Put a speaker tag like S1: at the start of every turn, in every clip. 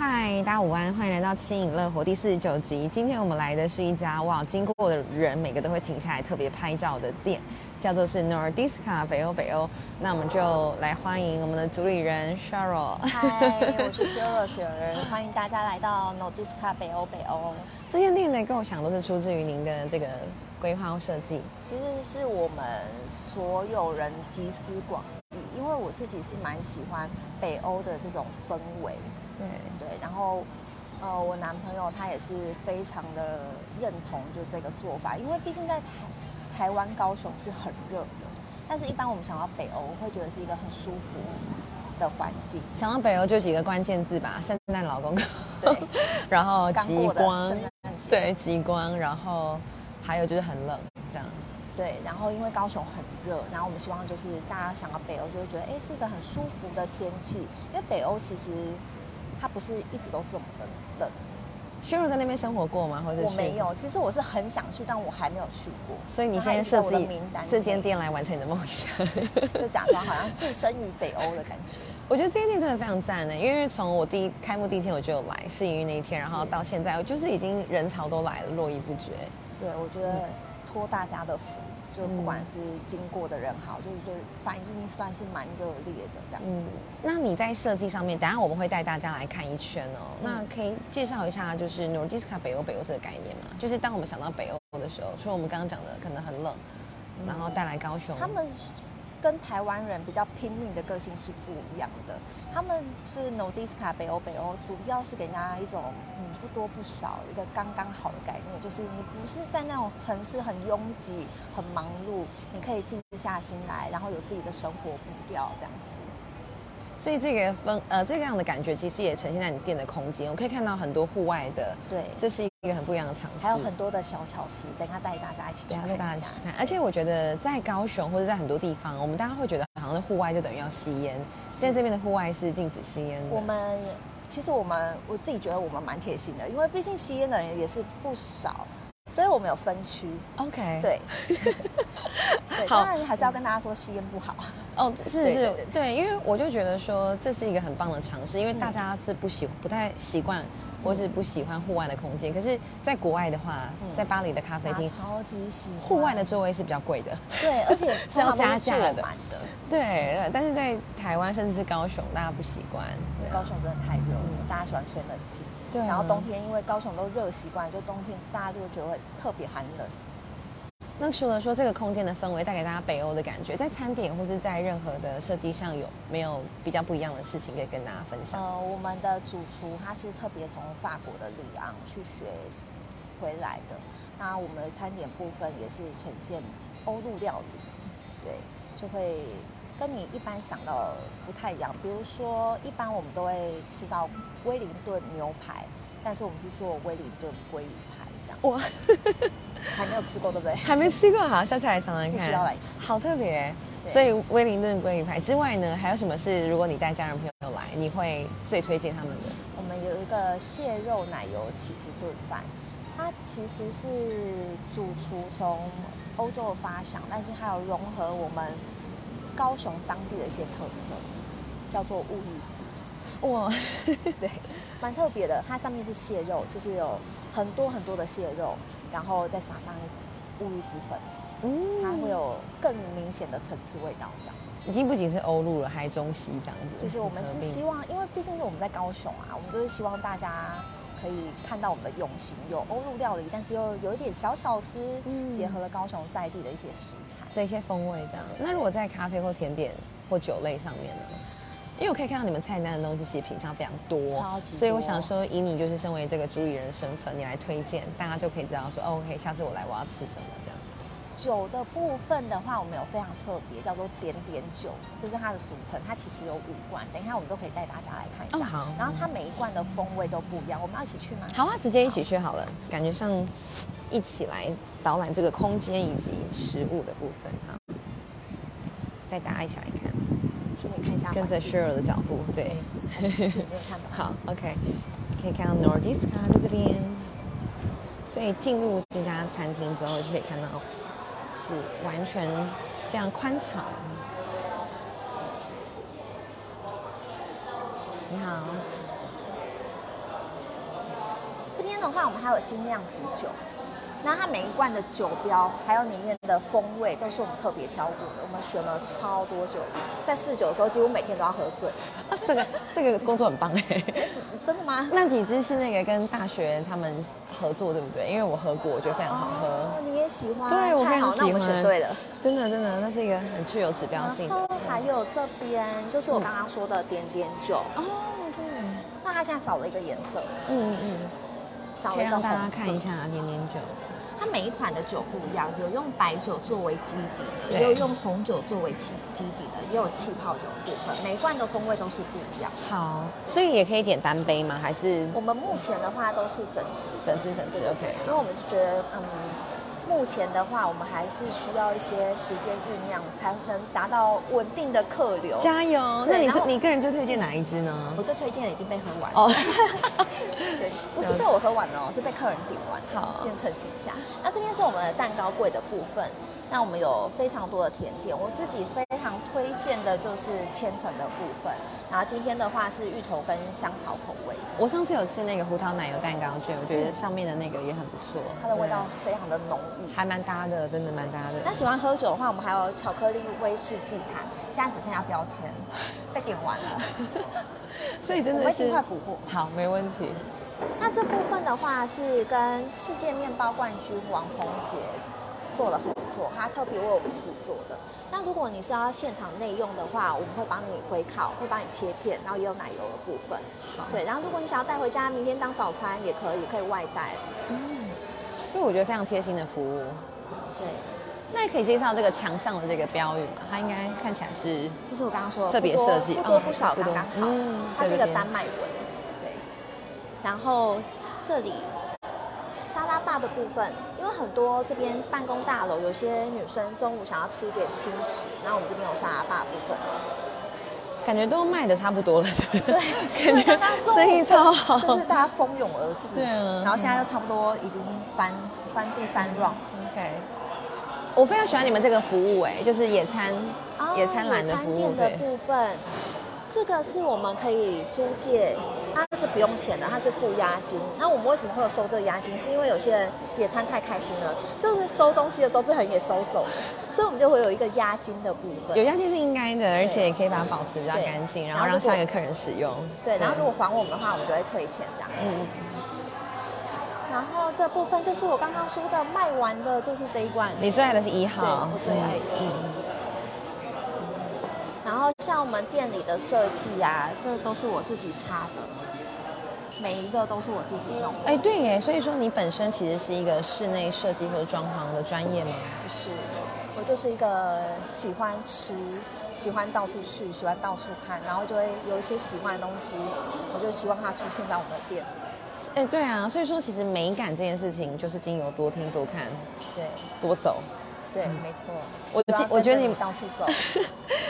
S1: 嗨，大家午安，欢迎来到《轻盈乐活》第四十九集。今天我们来的是一家哇，经过的人每个都会停下来特别拍照的店，叫做是 Nordiska 北欧北欧。那我们就来欢迎我们的主理人 Cheryl。
S2: 嗨，我是 Sheryl 雪人，欢迎大家来到 Nordiska 北欧北欧。
S1: 这间店的构想都是出自于您的这个规划和设计。
S2: 其实是我们所有人集思广益，因为我自己是蛮喜欢北欧的这种氛围，
S1: 对，
S2: 对。然后，呃，我男朋友他也是非常的认同就这个做法，因为毕竟在台台湾高雄是很热的，但是一般我们想到北欧会觉得是一个很舒服的环境，
S1: 想到北欧就几个关键字吧，圣诞老公公，
S2: 对，
S1: 然后
S2: 刚
S1: 极
S2: 过的
S1: 光
S2: 圣，诞节，
S1: 对，极光，然后还有就是很冷，这样。
S2: 对，然后因为高雄很热，然后我们希望就是大家想到北欧就会觉得，哎，是一个很舒服的天气。因为北欧其实它不是一直都这么的冷，
S1: Cheryl 在那边生活过吗？或者
S2: 我
S1: 去
S2: 没有，其实我是很想去，但我还没有去过。
S1: 所以你
S2: 然后
S1: 现
S2: 它
S1: 在
S2: 一
S1: 设
S2: 直在我的
S1: 计
S2: 名单
S1: 这
S2: 里
S1: 间
S2: 面，
S1: 店来完成你的梦想，
S2: 就假装好像置身于北欧的感觉。
S1: 我觉得这间店真的非常赞呢，因为从我第一开幕第一天我就有来试营运那一天，然后
S2: 是
S1: 到现在，我就是已经人潮都来了，络绎不绝。
S2: 对，我觉得托大家的福，就不
S1: 嗯
S2: 管是经过的人好，就是就反应算是蛮热烈的这样
S1: 嗯
S2: 子。，
S1: 那你在设计上面，等一下我们会带大家来看一圈哦。
S2: 嗯
S1: 那可以介绍一下，就是 Nordiska 北欧北欧这个概念嘛？就是当我们想到北欧的时候，除了我们刚刚讲的可能很冷，然后带来高雄，
S2: 他们跟台湾人比较拼命的个性是不一样的。他们是 Nordiska 北欧北欧，主要是给人家一种嗯不多不少一个刚刚好的概念，就是你不是在那种城市很拥挤、很忙碌，你可以静下心来，然后有自己的生活步调这样子。
S1: 所以这个分呃这个样的感觉，其实也呈现在你店的空间。我可以看到很多户外的，
S2: 对，
S1: 这是一个很不一样的尝试。
S2: 还有很多的小巧思，等一下带大家一起去
S1: 对啊，
S2: 看
S1: 带大家
S2: 一
S1: 去
S2: 下。
S1: 看。而且我觉得在高雄或者在很多地方，我们大家会觉得好像在户外就等于要吸烟，在这边的户外是禁止吸烟的。
S2: 我们其实我们我自己觉得我们蛮贴心的，因为毕竟吸烟的人也是不少，所以我们有分区。
S1: OK，
S2: 对，对，
S1: 好
S2: 当然还是要跟大家说吸烟不好。
S1: 哦，是是
S2: 对对对
S1: 对，因为我就觉得说这是一个很棒的尝试，因为大家是不喜不太习惯或是不喜欢户外的空间，可是在国外的话，
S2: 嗯
S1: 在巴黎的咖啡
S2: 大家
S1: 厅。
S2: 超级喜欢
S1: 户外的座位是比较贵的，
S2: 对，而且
S1: 是要
S2: 通常都
S1: 加价的
S2: 坐满的，
S1: 对。但是在台湾甚至是高雄，大家不习惯。对
S2: 因为
S1: 啊
S2: 高雄真的太热了，大家喜欢吹冷气。
S1: 对啊
S2: 然后冬天因为高雄都热习惯了，就冬天大家就会觉得会特别寒冷。
S1: 那除了说这个空间的氛围带给大家北欧的感觉，在餐点或是在任何的设计上有没有比较不一样的事情可以跟大家分享？
S2: 呃，我们的主厨他是特别从法国的里昂去学回来的。那我们的餐点部分也是呈现欧陆料理，对，就会跟你一般想到不太一样。比如说，一般我们都会吃到威灵顿牛排，但是我们是做威灵顿鲑鱼排这样。
S1: 哇，
S2: 还没有吃过，对不对？
S1: 还没吃过，好，下次来尝尝
S2: 必
S1: 看。
S2: 须要来吃。
S1: 好特别。欸
S2: 对
S1: 所以威灵顿鲑鱼排之外呢，还有什么是如果你带家人朋友来，你会最推荐他们的？
S2: 我们有一个蟹肉奶油起司炖饭，它其实是主厨从欧洲发想，但是它有融合我们高雄当地的一些特色，叫做乌鱼子，
S1: 哇，
S2: 对，蛮特别的。它上面是蟹肉，就是有很多很多的蟹肉，然后再撒上乌鱼子粉，
S1: 嗯
S2: 它会有更明显的层次味道，这样子。
S1: 已经不仅是欧陆了，还中西这样子。
S2: 就是我们
S1: 合
S2: 是
S1: 并
S2: 希望，因为毕竟是我们在高雄啊，我们就是希望大家可以看到我们的用心，有欧陆料理，但是又有一点小巧思，
S1: 嗯
S2: 结合了高雄在地的一些食材。
S1: 的一些风味这样。那如果在咖啡或甜点或酒类上面呢？因为我可以看到你们菜单的东西其实品相非常多，
S2: 超级多
S1: 所以我想说，以你就是身为这个主理人的身份，你来推荐，大家就可以知道说、哦、，OK，下次我来我要吃什么这样。
S2: 酒的部分的话，我们有非常特别，叫做点点酒，这是它的俗称，它其实有五罐，等一下我们都可以带大家来看一
S1: 哦
S2: 下。
S1: 好
S2: 然后它每一罐的风味都不一样，我们要一起去吗？
S1: 好啊，直接一起去好了，感觉上一起来导览这个空间以及食物的部分哈。带大家一起来看，
S2: 顺便看一下
S1: 跟着
S2: 环境
S1: Cheryl 的脚步，对，
S2: 有没有看到？
S1: 好，OK，可以看到 Nordiska 在这边，所以进入这家餐厅之后就可以看到是完全非常宽敞。啊你好，
S2: 边的话，我们还有精酿啤酒，那它每一罐的酒标还有里面的风味都是我们特别挑过的，我们选了超多酒，在试酒的时候几乎每天都要喝醉。
S1: 啊这个这个工作很棒哎。
S2: 真的吗？
S1: 那几支是那个跟大学他们合作对不对？因为我喝过，我觉得非常好喝。
S2: 哦，你也喜欢？
S1: 对我
S2: 太好，
S1: 非常喜
S2: 那我们选
S1: 欢
S2: 对了。
S1: 真的真的，那是一个很具有指标
S2: 然
S1: 性
S2: 后
S1: 的。
S2: 还有这边就是我刚刚说的点点酒，
S1: 哦，对，
S2: 那它现在少了一个颜色，
S1: 嗯嗯，
S2: 少
S1: 可
S2: 了
S1: 以
S2: 一个
S1: 让
S2: 红
S1: 大家
S2: 色。
S1: 看一下点点酒。
S2: 它每一款的酒不一样，有用白酒作为基底的，
S1: 对
S2: 也有用红酒作为基基底的，也有气泡酒部分，每一罐的风味都是不一样。
S1: 好，所以也可以点单杯吗？还是
S2: 我们目前的话都是整支的，
S1: 整支整支
S2: 对对
S1: OK
S2: 因为我们觉得，嗯，目前的话，我们还是需要一些时间酝酿，才能达到稳定的客流。
S1: 加油？
S2: 对
S1: 那你
S2: 然后
S1: 你个人最推荐哪一支呢
S2: 我？最推荐的已经被喝完了
S1: 哦，
S2: 对，不 是被我喝完了哦，是被客人点完的。
S1: 好
S2: 先澄清一下。那这边是我们的蛋糕柜的部分，那我们有非常多的甜点，我自己非常推荐的就是千层的部分。然后今天的话是芋头跟香草口味，
S1: 我上次有吃那个胡桃奶油蛋糕卷，我觉得上面的那个也很不错，
S2: 它的味道
S1: 对
S2: 非常的浓郁。
S1: 还蛮搭的，真的蛮搭的
S2: 那。喜欢喝酒的话，我们还有巧克力威士忌塔，现在只剩下标 签，被点完了，
S1: 所以真
S2: 我
S1: 的
S2: 会
S1: 是
S2: 尽快补货。
S1: 好，没问题。
S2: 那这部分的话是跟世界面包冠军王宏杰做了合作，他特别为我们制作的。那如果你是要现场内用的话，我们会帮你回烤，会帮你切片，然后也有奶油的部分。
S1: 好，
S2: 对，然后如果你想要带回家，明天当早餐也可以，可以外带。
S1: 所以我觉得非常贴心的服务。
S2: 对，
S1: 那也可以介绍这个墙上的这个标语嘛？它应该看起来是
S2: 就是我刚刚说的
S1: 特别
S2: 不多
S1: 设计
S2: 不多
S1: 嗯
S2: 不少，
S1: 不多
S2: 刚刚好。
S1: 嗯
S2: 它是一
S1: 这
S2: 个
S1: 边
S2: 丹麦文，对。然后这里沙拉吧的部分，因为很多这边办公大楼有些女生中午想要吃一点轻食，然后我们这边有沙拉吧的部分。
S1: 感觉都卖的差不多了，是不是？
S2: 对，因 为
S1: 感
S2: 刚刚
S1: 觉
S2: 中午
S1: 生意超好。
S2: 就是大家蜂拥而至。
S1: 对啊
S2: 然后现在就差不多已经翻翻第三 round。
S1: OK，我非常喜欢你们这个服务、哎，就是野餐、
S2: 哦
S1: 野餐篮的服务
S2: 野餐，
S1: 对
S2: 店的，部分，这个是我们可以租借，它是不用钱的，它是付押金。那我们为什么会有收这个押金？是因为有些人野餐太开心了，就是收东西的时候被人也收走了，所以我们就会有一个押金的部
S1: 有
S2: 分。
S1: 压惊是应该的，而且也可以把它保持比较干净，
S2: 对
S1: 然后
S2: 然后
S1: 让
S2: 如果
S1: 下一个客人使用。
S2: 对，然后如果还我们的话，我们就会退钱这样。
S1: 嗯嗯
S2: 然后这部分就是我刚刚说的卖完的，就是这一罐。
S1: 你最爱的是一号，
S2: 对我最爱的嗯然
S1: 嗯
S2: 后像我们店里的设计啊，这都是我自己擦的，每一个都是我自己弄的。
S1: 哎、对耶，所以说你本身其实是一个室内设计或者装潢的专业吗？
S2: 不是，我就是一个喜欢吃、喜欢到处去、喜欢到处看，然后就会有一些喜欢的东西，我就希望它出现在我们的店。
S1: 哎、对啊，所以说其实美感这件事情就是经由多听、多看、
S2: 对
S1: 多 走。
S2: 对，没错。
S1: 嗯我
S2: 就要
S1: 记我觉得
S2: 跟
S1: 你
S2: 着你到处 走。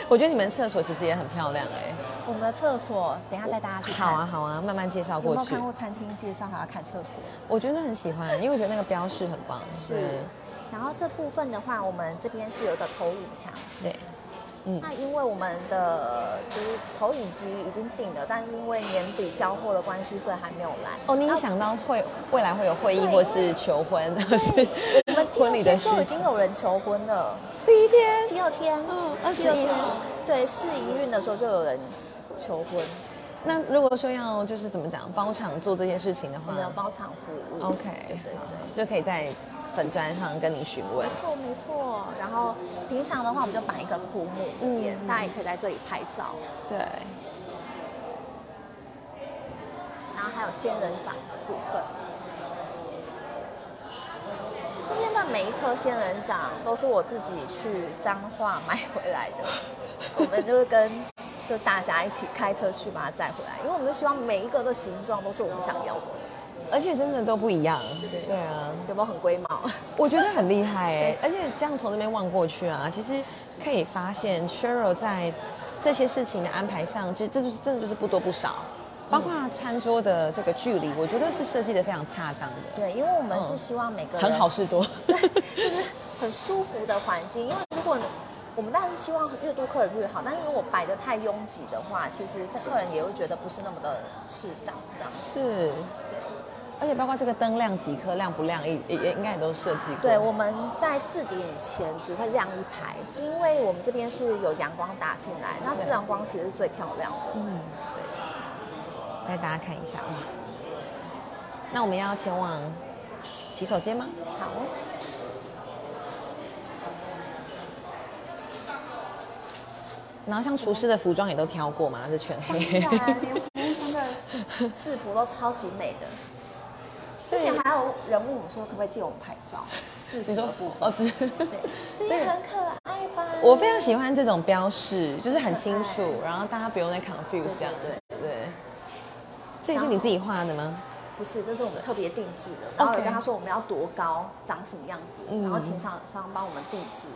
S1: 我觉得你们厕所其实也很漂亮哎、
S2: 我们的厕所，等一下带大家去看。
S1: 好啊，好啊，慢慢介绍
S2: 有
S1: 过
S2: 没有
S1: 去
S2: 看。过餐厅介绍还要看厕所？
S1: 我觉得很喜欢，因为我觉得那个标示很棒。
S2: 是然后这部分的话，我们这边是有一个投影墙。
S1: 对，对，嗯
S2: 那因为我们的就是投影机已经定了，但是因为年底交货的关系，所以还没有来。
S1: 哦，你有
S2: 那
S1: 想到会未来会有会议
S2: 对
S1: 或是求婚，或是
S2: 我们第
S1: 婚
S2: 二
S1: 礼的
S2: 天
S1: 需
S2: 就已
S1: 求？
S2: 经有人求婚了。
S1: 第一天，
S2: 第二天，
S1: 嗯，二十
S2: 第二
S1: 一
S2: 天
S1: 号。，
S2: 对，试营运的时候就有人求婚，
S1: 嗯那如果说要就是怎么讲包场做这件事情的
S2: 我
S1: 话
S2: 们有包场服务。
S1: ，OK，
S2: 对对
S1: 好
S2: 对。
S1: 就可以在粉砖上跟你询问
S2: 没。错没错，然后平常的话我们就摆一个枯木这边，
S1: 嗯
S2: 大家也可以在这里拍照，
S1: 对，
S2: 然后还有仙人掌的部分。这边的每一颗仙人掌都是我自己去彰化买回来 的，我们就是跟就大家一起开车去把它载回来，因为我们就希望每一个的形状都是我们想要的。
S1: 而且真的都不一样。
S2: 对
S1: 对啊。
S2: 有没有很龟毛？
S1: 我觉得很厉害哎、而且这样从那边望过去啊，其实可以发现 Cheryl 在这些事情的安排上，其实这就是真的就是不多不少，
S2: 嗯
S1: 包括餐桌的这个距离，我觉得是设计的非常恰当的，
S2: 对，因为我们
S1: 嗯
S2: 是希望每个人
S1: 很 好事多。
S2: 就是很舒服的环境。因为如果我们当然是希望越多客人越好，但是如果摆的太拥挤的话，其实客人也会觉得不是那么的适当这样。
S1: 是，而且包括这个灯亮几颗、亮不亮，也也也应该也都设计过。
S2: 对，我们在四点以前只会亮一排，是因为我们这边是有阳光打进来，那自然光其实是最漂亮的。
S1: 嗯，
S2: 对，
S1: 带大家看一下哇。那我们要前往洗手间吗？
S2: 好，
S1: 然后像厨师的服装也都挑过嘛，是全黑。
S2: 当 然啊连服务生的制服都超级美的。之前还有人问我们说可不可以借我们拍照，制服
S1: 你
S2: 的
S1: 说
S2: 部分，
S1: 哦，这
S2: 对，这也很可爱吧？
S1: 我非常喜欢这种标示，就是很清
S2: 可
S1: 楚，然后大家不用再 confuse
S2: 对
S1: 这样。
S2: 对
S1: 对，这也是你自己画的吗？
S2: 不是，这是我们特别定制的。然后有
S1: OK
S2: 跟他说我们要多高，长什么样子，
S1: 嗯
S2: 然后请厂商帮我们定制。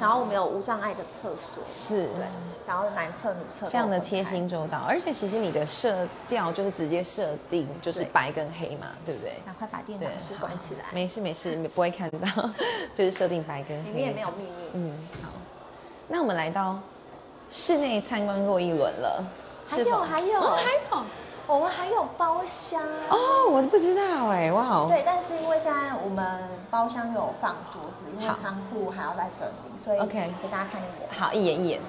S2: 然后我们有无障碍的厕所，
S1: 是，
S2: 对，然后男厕女厕都
S1: 嗯
S2: 有
S1: 非常的
S2: 分开
S1: 贴心。周到。而且其实你的色调就是直接设定就是
S2: 对
S1: 白跟黑嘛，对不对？
S2: 赶快把店
S1: 对
S2: 长室关起来，
S1: 没事没事，不会看到，就是设定白跟黑。
S2: 里面也没有秘密。
S1: 嗯，好，那我们来到室内参观过一轮了，
S2: 还
S1: 是否
S2: 有还有
S1: 哦还有
S2: 我们还有包厢
S1: 哦，我都不知道哎，哇哦，
S2: 对，但是因为现在我们包厢有放桌子，因为
S1: 好
S2: 仓库还要在整理，所以
S1: OK
S2: 给大家看一眼。
S1: 好一眼一眼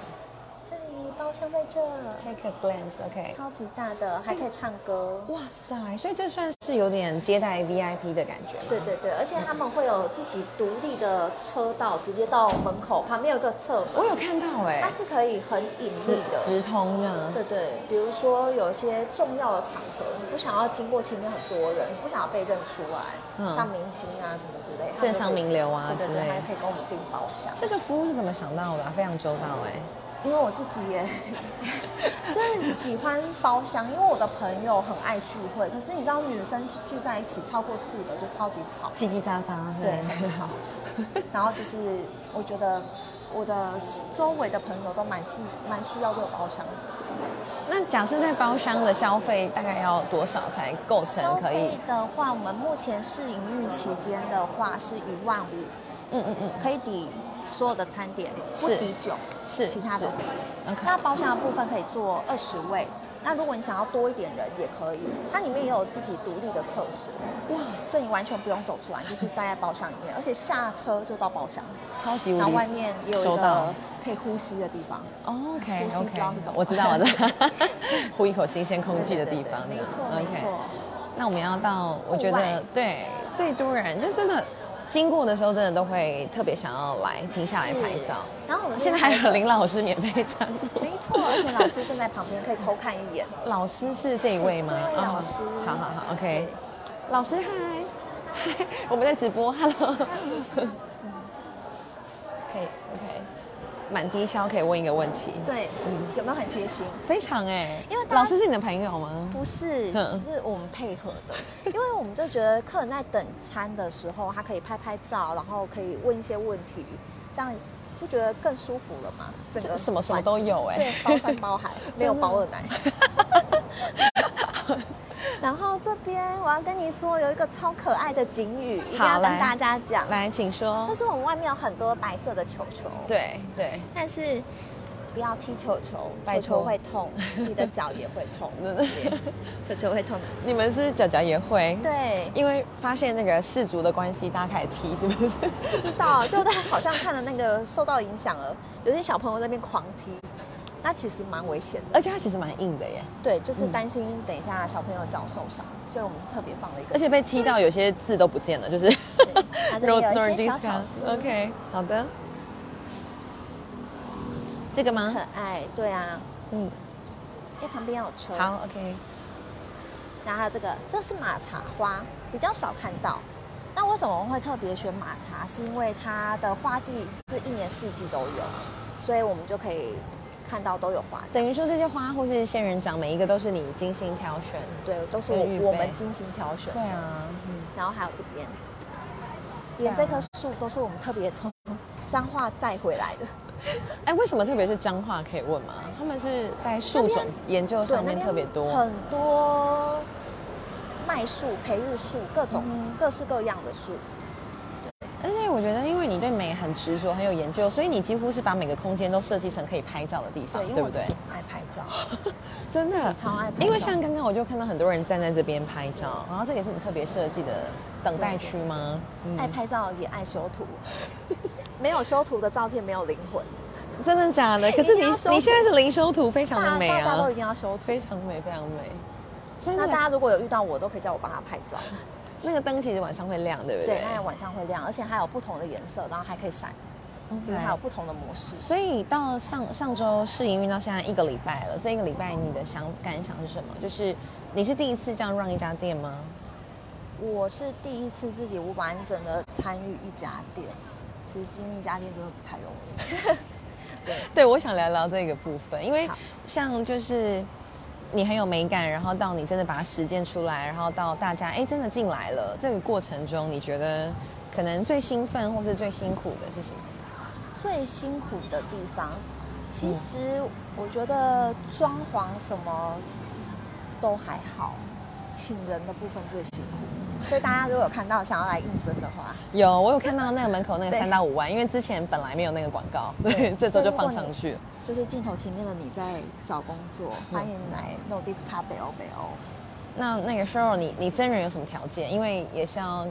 S2: 这里包厢在这，
S1: ，take a glance，OK，、
S2: 超级大
S1: 嗯
S2: 的，还可以唱歌。
S1: 哇塞，所以这算是有点接待 VIP 的感觉吗？
S2: 对对对，而且他们会有自己独立的车道，直接到门口，旁边有个侧
S1: 我
S2: 门，
S1: 有看到哎、
S2: 它是可以很隐
S1: 直
S2: 秘啊的。
S1: 直通啊呢，
S2: 对对，比如说有些重要的场合，你不想要经过前面很多人，你不想要被认出
S1: 嗯
S2: 来，像明星啊什么之类，他们
S1: 政
S2: 就
S1: 商
S2: 可以
S1: 名流啊
S2: 对对
S1: 之类
S2: 对，
S1: 的
S2: 还可以跟我们订包厢。
S1: 这个服务是怎么想到的啊、非常周到哎、
S2: 因为我自己也就是喜欢包厢，因为我的朋友很爱聚会，可是你知道女生聚聚在一起超过四个就超级吵，
S1: 叽叽喳喳，
S2: 对，很吵。然后就是我觉得我的周围的朋友都蛮需蛮需要这个包厢的，
S1: 那假设在包厢的消费大概要多少才构成可
S2: 消
S1: 以
S2: 费？的话，我们目前试营运期间的话是一万五，
S1: 嗯嗯嗯，
S2: 可以抵所有的餐点，不
S1: 是
S2: 抵酒，
S1: 是
S2: 其他
S1: 是
S2: 的可以。
S1: OK，
S2: 那包厢的部分可以坐二十位，那如果你想要多一点人也可以，它里面也有自己独立的厕所，
S1: 哇，
S2: 所以你完全不用走出来，你就是待在包厢里面，而且下车就到包厢，
S1: 超级无
S2: 然后
S1: 敌
S2: 外面也有一
S1: 收到
S2: 个可以呼吸的地方。
S1: OK
S2: 呼吸
S1: OK，
S2: 知道是什么
S1: 哦我知道，我知道， 呼一口新鲜空气的
S2: 对
S1: 地
S2: 对对
S1: 方，
S2: 对没错
S1: 这样
S2: 没
S1: OK
S2: 错。
S1: 那我们要到，我觉
S2: 户
S1: 得
S2: 外
S1: 对最多人就真的经过的时候，真的都会特别想要来停下来拍照。
S2: 然后我们
S1: 现在还有林老师免费占卜，
S2: 没错，而且老师正在旁边可以偷看一眼。
S1: 老师是这一位吗？
S2: 这位
S1: 哦
S2: 老师
S1: 好好好，OK，老师嗨， 嗨，我们在直播，Hello，可以 OK，满低消可以问一个问题，
S2: 对，有没有很贴心？
S1: 非常哎，
S2: 因为大家
S1: 老师是你的朋友吗？
S2: 不是，
S1: 嗯
S2: 是我们配合的， 因为我们就觉得客人在等餐的时候，他可以拍拍照，然后可以问一些问题，这样不觉得更舒服了吗？整
S1: 这
S2: 个
S1: 什么什么
S2: 环
S1: 都
S2: 境
S1: 有哎
S2: 对，包山包 海，没有
S1: 真的
S2: 包二奶。 然后这边我要跟你说，有一个超可爱的警语，一定要
S1: 好
S2: 跟
S1: 来
S2: 大家讲，
S1: 来，请说
S2: 就。是我们外面有很多白色的球球，
S1: 对对，
S2: 但是不要踢球球，
S1: 拜
S2: 球
S1: 托
S2: 球会痛，你的脚也会 痛，
S1: 真的
S2: 球球会痛。
S1: 你们是脚脚也会？
S2: 对，
S1: 因为发现那个氏族的关系，大家开始踢，是不是？
S2: 不知道，就他好像看了那个受到影响了，有些小朋友在那边狂踢，那其实蛮危险的。嗯
S1: 而且它其实蛮硬的耶，
S2: 对，就是担心等一下小朋友脚受伤，所以我们特别放了一个。
S1: 而且被踢到有些字都不见了，就是
S2: 它这 边有一些小
S1: Nordiska
S2: 巧思
S1: OK，好的。这个吗
S2: 可？爱，对啊，
S1: 嗯，
S2: 因为旁边有车。
S1: 好，，OK。
S2: 然后还有这个，这是马茶花，比较少看到。那为什么我会特别选马茶？是因为它的花季是一年四季都有，所以我们就可以看到都有花的。
S1: 等于说这些花或是仙人掌，每一个都是你精心挑选。
S2: 对，都是
S1: 跟
S2: 我
S1: 预备
S2: 我们精心挑选。
S1: 对啊，嗯
S2: 然后还有这边，连这棵树都是我们特别从彰化载回来的。
S1: 哎，为什么特别是彰化可以问吗？他们是在树种研究
S2: 对，
S1: 上面特别多。
S2: 很多麦树、培育树，各种、
S1: 嗯
S2: 各式各样的树。对
S1: 而且我觉得，因为你对美很执着，很有研究，所以你几乎是把每个空间都设计成可以拍照的地方，
S2: 对，因为
S1: 啊对
S2: 我
S1: 不
S2: 自
S1: 对
S2: 己？很爱拍照，
S1: 真
S2: 自
S1: 的
S2: 己超爱拍照
S1: 因为像刚刚我就看到很多人站在这边拍照，然后这也是你特别设计的等待区吗？嗯
S2: 爱拍照也爱修图， 没有修图的照片没有灵魂。
S1: 真的假的？可
S2: 一定
S1: 是你
S2: 要修
S1: 你
S2: 图
S1: 现在是零修图，非常
S2: 大
S1: 的美
S2: 大家
S1: 啊
S2: 都一，定要修图。
S1: 非常美，非常美。真
S2: 那
S1: 的，
S2: 大家如果有遇到我，都可以叫我帮他拍照。
S1: 那个灯其实晚上会亮，对不
S2: 对
S1: 对？，
S2: 那晚上会亮，而且还有不同的颜色，然后还可以闪，就是
S1: OK
S2: 还有不同的模式。
S1: 嗯所以到上上周试营运到现在一个礼拜了，这一个礼拜你的想感想是什么？就是你是第一次这样让一家店吗？
S2: 我是第一次自己完整的参与一家店，其实经营一家店真的不太容易。
S1: 对，我想聊聊这个部分，因为
S2: 好
S1: 像就是你很有美感，然后到你真的把它实践出来，然后到大家哎真的进来了，这个过程中你觉得可能最兴奋或是最辛苦的是什么？
S2: 最辛苦的地方，其实我觉得装潢什么都还好，请人的部分最辛苦。所以大家如果有看到想要来应征的话，
S1: 有，我有看到那个门口那个
S2: 对
S1: 三到五万，因为之前本来没有那个广告，对
S2: 对，
S1: 这周
S2: 所以
S1: 就
S2: 如果
S1: 放上
S2: 你
S1: 去了。
S2: 就是镜头前面的你在找工作，欢迎来 No Disca 北欧北欧。
S1: 那那个时候你你真人有什么条件？因为也是要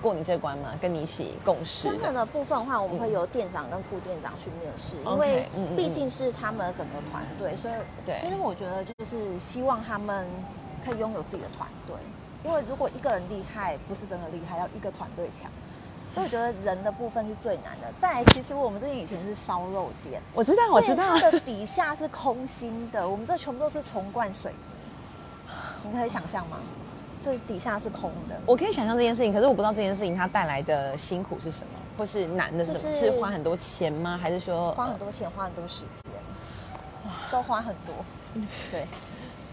S1: 过你这关嘛，跟你一起共事
S2: 真人的部分的话，我们会由店长跟副店长去面试，
S1: 嗯 OK，
S2: 因为
S1: 嗯嗯嗯
S2: 毕竟是他们整个团队，所以
S1: 对
S2: 其实我觉得就是希望他们可以拥有自己的团队，因为如果一个人厉害，不是真的厉害，要一个团队强。所以我觉得人的部分是最难的。再来，其实我们这边以前是烧肉店，
S1: 我知道，我知道
S2: 所以，它的底下是空心的，我们这全部都是重灌水泥，你可以想象吗？这底下是空的，
S1: 我可以想象这件事情，可是我不知道这件事情它带来的辛苦是什么，或是难的是什么？
S2: 就是
S1: 是花很多钱吗？还是说
S2: 花很多钱，花很多时间，都花很多，对。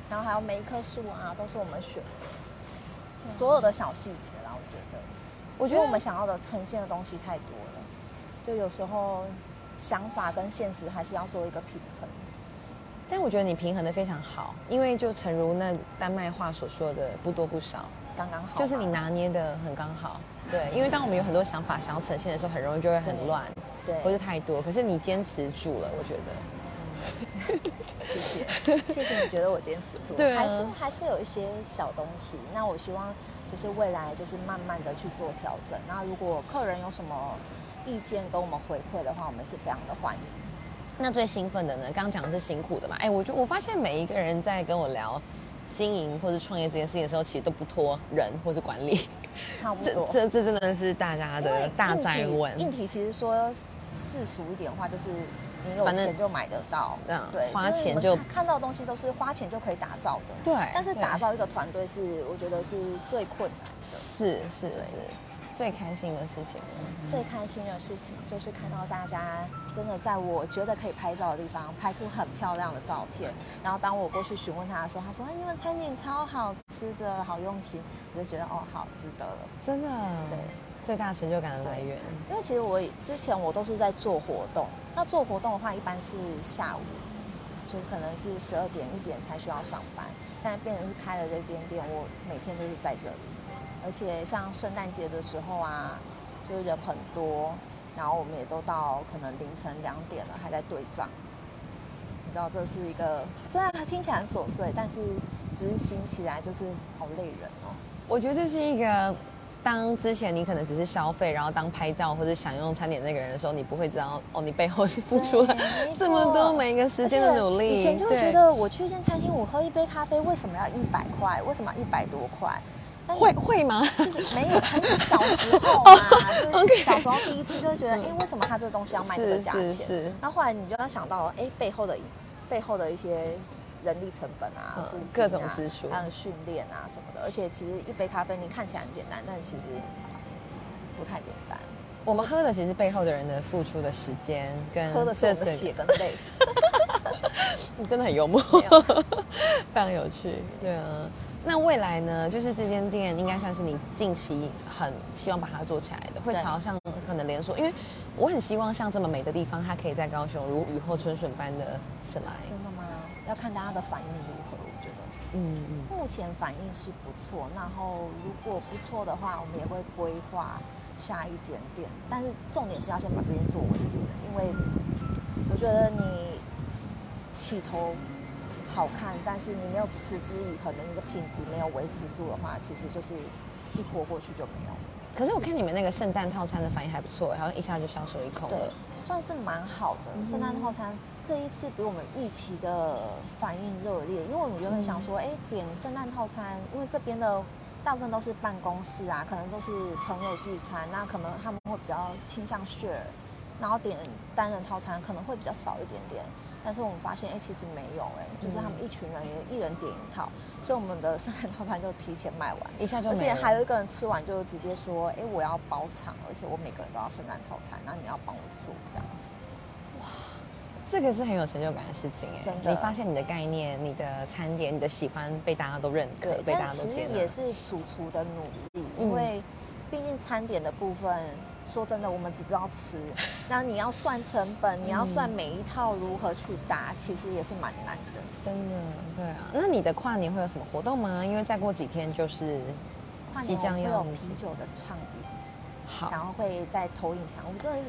S2: 然后还有每一棵树啊，都是我们选的，所有的小细节啦，我觉得，
S1: 我
S2: 我
S1: 觉
S2: 觉
S1: 得
S2: 得
S1: 我
S2: 我
S1: 们
S2: 们想要的呈现的东西太多了，就有时候想法跟现实还是要做一个平衡。
S1: 但我觉得你平衡的非常好，因为就诚如那丹麦话所说的，不多不少，
S2: 刚刚好嘛，
S1: 就是你拿捏的很刚好。对，因为当我们有很多想法想要呈现的时候，很容易就会很
S2: 对
S1: 乱，
S2: 对，
S1: 或是太多。可是你坚持住了，我觉得。
S2: 谢谢，谢谢你觉得我坚持住，
S1: 对啊
S2: 还是还是有一些小东西。那我希望就是未来就是慢慢的去做调整。那如果客人有什么意见跟我们回馈的话，我们是非常的欢迎。
S1: 那最兴奋的呢？刚刚讲的是辛苦的嘛？哎，我就我发现每一个人在跟我聊经营或者创业这件事情的时候，其实都不脱人或是管理，
S2: 差不
S1: 这
S2: 多，
S1: 这这真的是大家
S2: 哦因为
S1: 的大
S2: 硬
S1: 灾
S2: 体
S1: 问。
S2: 硬体其实说世俗一点的话，就是你有
S1: 反正
S2: 钱就买得到，
S1: 嗯
S2: 对，
S1: 花
S2: 就是
S1: 钱
S2: 我们
S1: 就
S2: 看看到的东西都是花钱就可以打造的。
S1: 对
S2: 但是
S1: 对
S2: 打造一个团队是，我觉得是最困难的。
S1: 是是
S2: 对
S1: 是，最开心的事情了。
S2: 最开心的事情就是看到大家真的在我觉得可以拍照的地方拍出很漂亮的照片。然后当我过去询问他的时候，他说：“哎，你们餐点超好吃的，好用心。”我就觉得哦，好值得了。
S1: 真的，
S2: 对，
S1: 最大成就感的来源。
S2: 因为其实我之前我都是在做活动，那做活动的话一般是下午，就可能是十二点一点才需要上班。但变成是开了这间店，我每天都是在这里，而且像圣诞节的时候啊，就是人很多，然后我们也都到可能凌晨两点了还在对账。你知道这是一个虽然听起来很琐碎，但是执行起来就是好累人哦。
S1: 我觉得这是一个，当之前你可能只是消费，然后当拍照或者享用餐点那个人的时候，你不会知道哦，你背后是付出了
S2: 对没
S1: 这么多
S2: 错
S1: 每一个时间的努力。
S2: 而且以前就会
S1: 对
S2: 觉得，我去一间餐厅，我喝一杯咖啡，为什么要一百块？为什么要一百多块？但是
S1: 会会吗？，
S2: 就是没有，很小时候嘛 就
S1: OK
S2: 是小时候第一次就会觉得，哎、为什么他这个东西要卖这个
S1: 是
S2: 价
S1: 是
S2: 钱？
S1: 是
S2: 那后来你就要想到，哎、背后的背后的一些人力成本啊，
S1: 嗯
S2: 租金啊
S1: 各种支出
S2: 还有训练啊什么的。而且其实一杯咖啡你看起来很简单，但其实不太简单，
S1: 我们喝的其实背后的人的付出的时间跟
S2: 喝的是我
S1: 嗯
S2: 们的
S1: 这整
S2: 血跟泪。
S1: 你真的很幽默
S2: 没有，
S1: 非常有趣。对啊，那未来呢？就是这间店应该算是你近期很希望把它做起来的，会
S2: 对
S1: 朝向可能连锁，因为我很希望像这么美的地方，它可以在高雄如雨后春笋般的起来。
S2: 真的吗？要看大家的反应如何，我觉得。
S1: 嗯嗯，
S2: 目前反应是不错，然后如果不错的话，我们也会规划下一间店，但是重点是要先把这边做稳定的，因为我觉得你起头好看，但是你没有持之以恒的那个品质没有维持住的话，其实就是一泼过去就没有了。
S1: 可是我看你们那个圣诞套餐的反应还不错，好像一下就销售一空
S2: 对
S1: 了。，
S2: 算是蛮好的。圣诞套餐这一次比我们预期的反应热烈，因为我们原本想说，哎、点圣诞套餐，因为这边的大部分都是办公室啊，可能都是朋友聚餐，那可能他们会比较倾向 share，然后点单人套餐可能会比较少一点点。但是我们发现，哎、其实没有、哎，就是他们一群人也一人点一套，所以我们的 圣诞套餐就提前卖完。
S1: 一下就没
S2: 而
S1: 了
S2: 且还有一个人吃完就直接说：“哎、我要包场，而且我每个人都要圣诞套餐，那你要帮我做这样子。
S1: 这个是很有成就感的事情哎，
S2: 真的
S1: 你发现你的概念、你的餐点、你的喜欢被大家都认”可
S2: 对，，
S1: 被大家
S2: 但其
S1: 都
S2: 实
S1: 接纳。
S2: 也是主厨的努力，
S1: 嗯
S2: 因为毕竟餐点的部分，说真的，我们只知道吃，那你要算成本，你要算每一套如何去搭，其实也是蛮难的。
S1: 真的，对啊。那你的跨年会有什么活动吗？因为再过几天就是
S2: 跨
S1: 即
S2: 年我
S1: 将
S2: 们
S1: 要
S2: 会有
S1: 迎接
S2: 啤酒的畅饮。然
S1: 好，
S2: 后会在投影墙，我们真的是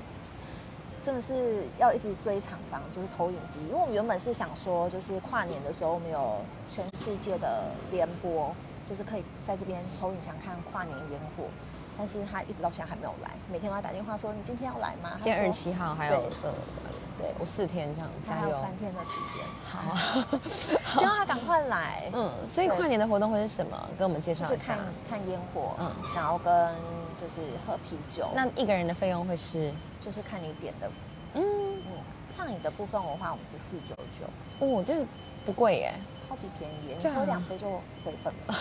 S2: 真的是要一直追厂商，就是投影机，因为我们原本是想说，就是跨年的时候我们有全世界的联播，就是可以在这边投影墙看跨年烟火，但是他一直到现在还没有来，每天都要打电话说你今天要来吗？
S1: 今天
S2: 他
S1: 二
S2: 说
S1: 十七号还有呃，
S2: 对
S1: 我四天这样，
S2: 他
S1: 加
S2: 还有
S1: 油。
S2: 三天的时间，
S1: 好啊，
S2: 希望他赶快来。
S1: 嗯，所以
S2: 对
S1: 跨年的活动会是什么？跟我们介
S2: 就
S1: 绍
S2: 是
S1: 一下
S2: 看。看烟火，
S1: 嗯
S2: 然后跟就是喝啤酒，
S1: 那一个人的费用会是，
S2: 就是看你点的，
S1: 嗯，
S2: 嗯，上瘾的部分的话，我们是四九九，
S1: 哦，就是不贵耶，
S2: 超级便宜，
S1: 这
S2: 你
S1: 样啊
S2: 喝两杯就回本了，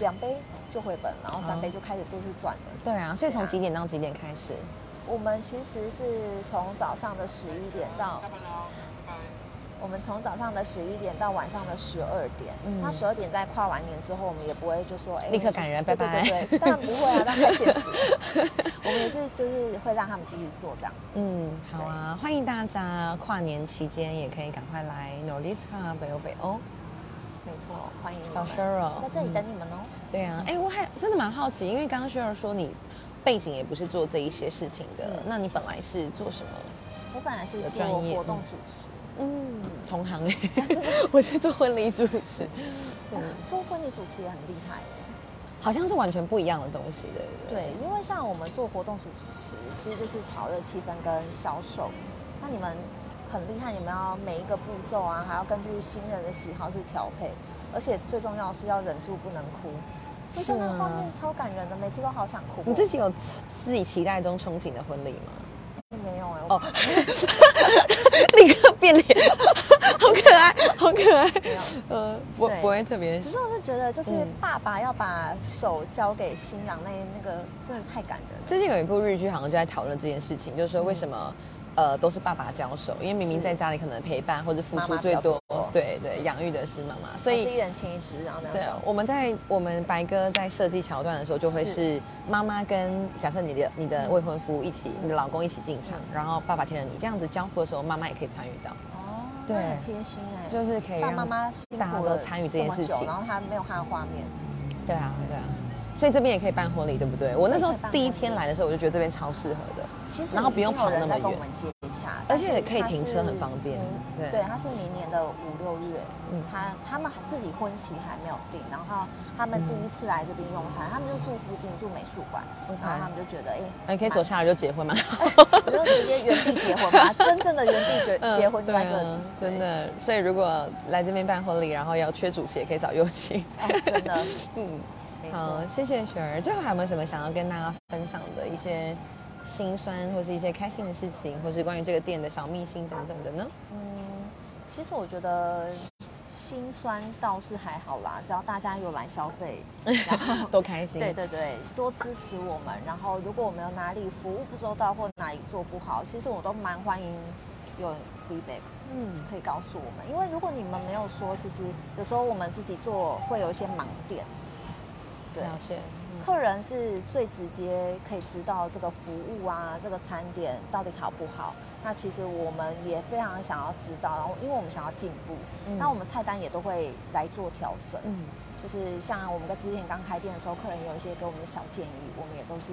S2: 两杯就回本，然后
S1: 哦
S2: 三杯就开始都是赚的。
S1: 对啊，所以从
S2: 对啊啊
S1: 几点到几点开始？
S2: 我们其实是从早上的十一点到，我们从早上的十一点到晚上的十二点。
S1: 嗯
S2: 那十二点在跨完年之后，我们也不会就说哎
S1: 立刻赶人
S2: 就是
S1: 拜拜
S2: 对对对，对当然不会 啊，那太现实了。我们也是就是会让他们继续做这样子。
S1: 嗯，好啊，欢迎大家跨年期间也可以赶快来 Nordiska 北欧北欧嗯
S2: 没错，欢迎你
S1: 找
S2: 们
S1: Cheryl，
S2: 在这里
S1: 嗯
S2: 等你们哦。
S1: 对啊，哎、我还真的蛮好奇，因为刚刚 Cheryl 说你背景也不是做这一些事情的，
S2: 嗯
S1: 那你本来是做什么？
S2: 我本来是
S1: 有专
S2: 做
S1: 业
S2: 活动
S1: 嗯
S2: 主持，
S1: 嗯，同
S2: 啊
S1: 行哎、 我是做婚礼主持，
S2: 哇啊做婚礼主持也很厉害耶。
S1: 好像是完全不一样的东西，对不对？
S2: 对，因为像我们做活动主持，其实就是炒热气氛跟销售。那你们很厉害，你们要每一个步骤啊，还要根据新人的喜好去调配，而且最重要的是要忍住不能哭。我觉得那
S1: 是
S2: 个
S1: 吗
S2: 画面超感人的，每次都好想哭哦。
S1: 你自己有自己期待中憧憬的婚礼吗？
S2: 没有哎、我
S1: 哦，立刻变脸，好可爱，好可爱。
S2: 没有。
S1: 呃，不
S2: 对
S1: 不会特别
S2: 只是我是觉得，就是
S1: 嗯
S2: 爸爸要把手交给新郎那那个，真的太感人了。
S1: 最近有一部日剧，好像就在讨论这件事情，就是说为什么、呃都是爸爸交手，因为明明
S2: 嗯是
S1: 在家里可能陪伴或者付出最多，
S2: 妈妈比较多
S1: 对对，养育的是妈妈，所
S2: 还是
S1: 以
S2: 一。人请一只，然后那
S1: 对
S2: 样
S1: 啊
S2: 走，。
S1: 我们在我们白哥在设计桥段的时候，就会是妈妈跟假设你的你的未婚夫一起，
S2: 嗯
S1: 你的老公一起进场，然后爸爸牵着你，这样子交付的时候，妈妈也可以参与到，
S2: 哦，那
S1: 对
S2: 很贴心哎、
S1: 就是可以
S2: 爸
S1: 让
S2: 妈妈辛苦
S1: 大家都
S2: 了
S1: 参与这件事
S2: 么久
S1: 情。
S2: 然后他没有他的画面，
S1: 对啊，对啊，所以这边也可以办婚礼，对不对？我那时候第一天来的时候，我就觉得这边超适合的。
S2: 其实
S1: 然后不用
S2: 已经有
S1: 跑那么
S2: 人在
S1: 远
S2: 跟我们接洽，
S1: 而且
S2: 但是
S1: 可以
S2: 它
S1: 停车
S2: 是
S1: 很方便
S2: 明
S1: 对
S2: 对，它是明年的五六月，
S1: 嗯
S2: 他他们自己婚期还没有定，然后他们第一次来这边用餐，他们就住附近住美术馆，
S1: 嗯 OK 哎
S2: 然后他们就觉得哎，
S1: 那你可以走下来就结 婚吗？
S2: 蛮，你就直接原地结婚吧，真正的原地结结婚就在这
S1: 嗯对
S2: 里
S1: 啊，
S2: 对
S1: 真，的。所以如果来这边办婚礼，然后要缺主持，也可以找右青。
S2: 哎，真的，
S1: 嗯，
S2: 没错
S1: 好，。谢谢雪儿。最后还有没有什么想要跟大家分享的一些心酸，或是一些开心的事情，或是关于这个店的小秘辛等等的呢？
S2: 嗯，其实我觉得心酸倒是还好啦，只要大家有来消 费，然后
S1: 多开心。
S2: 哦对对对，多支持我们。然后如果我们有哪里服务不周到或哪里做不好，其实我都蛮欢迎有 feedback
S1: 嗯，
S2: 可以告诉我们，因为如果你们没有说，其实有时候我们自己做会有一些盲点。对，
S1: 了解。嗯
S2: 客人是最直接可以知道这个服务啊，这个餐点到底好不好。那其实我们也非常想要知道，然后因为我们想要进步，
S1: 嗯
S2: 那我们菜单也都会来做调整。
S1: 嗯，
S2: 就是像我们之前刚开店的时候，客人也有一些给我们的小建议，我们也都是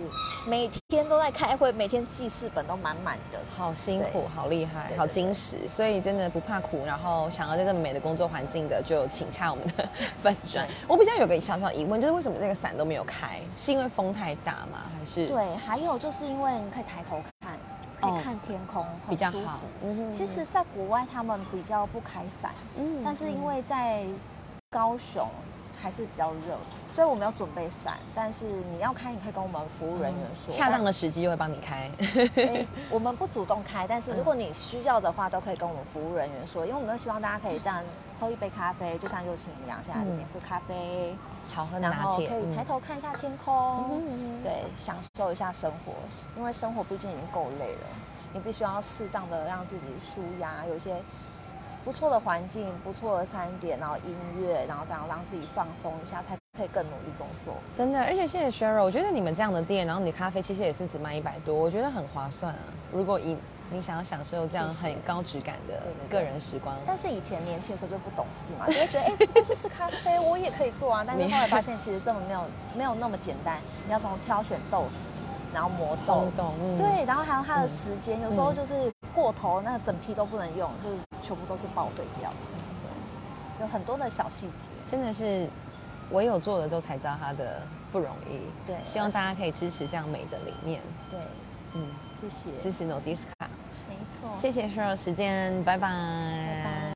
S2: 每天都在开会，每天记事本都满满的。
S1: 好辛苦，好厉害
S2: 对，对
S1: 好矜持，所以真的不怕苦，然后想要在这么美的工作环境的，就请洽我们的粉砖
S2: 对。
S1: 我比较有个小小疑问，就是为什么这个伞都没有开？是因为风太大吗？还是
S2: 对，还有就是因为你可以抬头看，可
S1: 哦
S2: 以看天空，很
S1: 比较
S2: 舒
S1: 好
S2: 服？
S1: 嗯哼
S2: 其实，，在国外他们比较不开伞，
S1: 嗯
S2: 但是因为在高雄还是比较热，所以我们要准备伞。但是你要开，你可以跟我们服务人员说，
S1: 哦恰当的时机就会帮你 开。
S2: 但。 诶哎我们不主动开，但
S1: 嗯
S2: 是如果你需要的话，都可以跟我们服务人员说，因为我们都希望大家可以这样喝一杯咖啡，就像幼青一样，现在在这边喝咖啡，
S1: 好喝
S2: 然
S1: 拿
S2: 后
S1: 铁，
S2: 可以抬头看一下天空，
S1: 嗯
S2: 对，享受一下生活，因为生活毕竟已经够累了，你必须要适当的让自己舒压，有一些不错的环境、不错的餐点，然后音乐，然后这样让自己放松一下，才可以更努力工作。
S1: 真的，而且谢谢 Cheryl，我觉得你们这样的店，然后你的咖啡其实也是只卖一百多，我觉得很划算啊。如果以你想要享受这样
S2: 谢谢
S1: 很高质感的
S2: 对对对
S1: 个人时光，
S2: 但是以前年轻的时候就不懂事嘛，就会觉 得哎，不过就是咖啡，我也可以做啊。但是后来发现，其实根本没有没有那么简单，你要从挑选豆子，然后磨豆
S1: 懂，懂，嗯，
S2: 哦对，然后还有它的
S1: 嗯
S2: 时间，有时候
S1: 嗯
S2: 就是过头，那整批都不能用，就是全部都是报废掉。对，有很多的小细节。
S1: 真的是唯有做了之后才知道它的不容易。
S2: 对
S1: 希望大家可以支持这样美的理念，
S2: 对，
S1: 嗯，
S2: 谢谢。
S1: 支持 Nordiska，
S2: 没错。
S1: 谢谢 Cheryl 时间，拜拜
S2: 哦拜拜。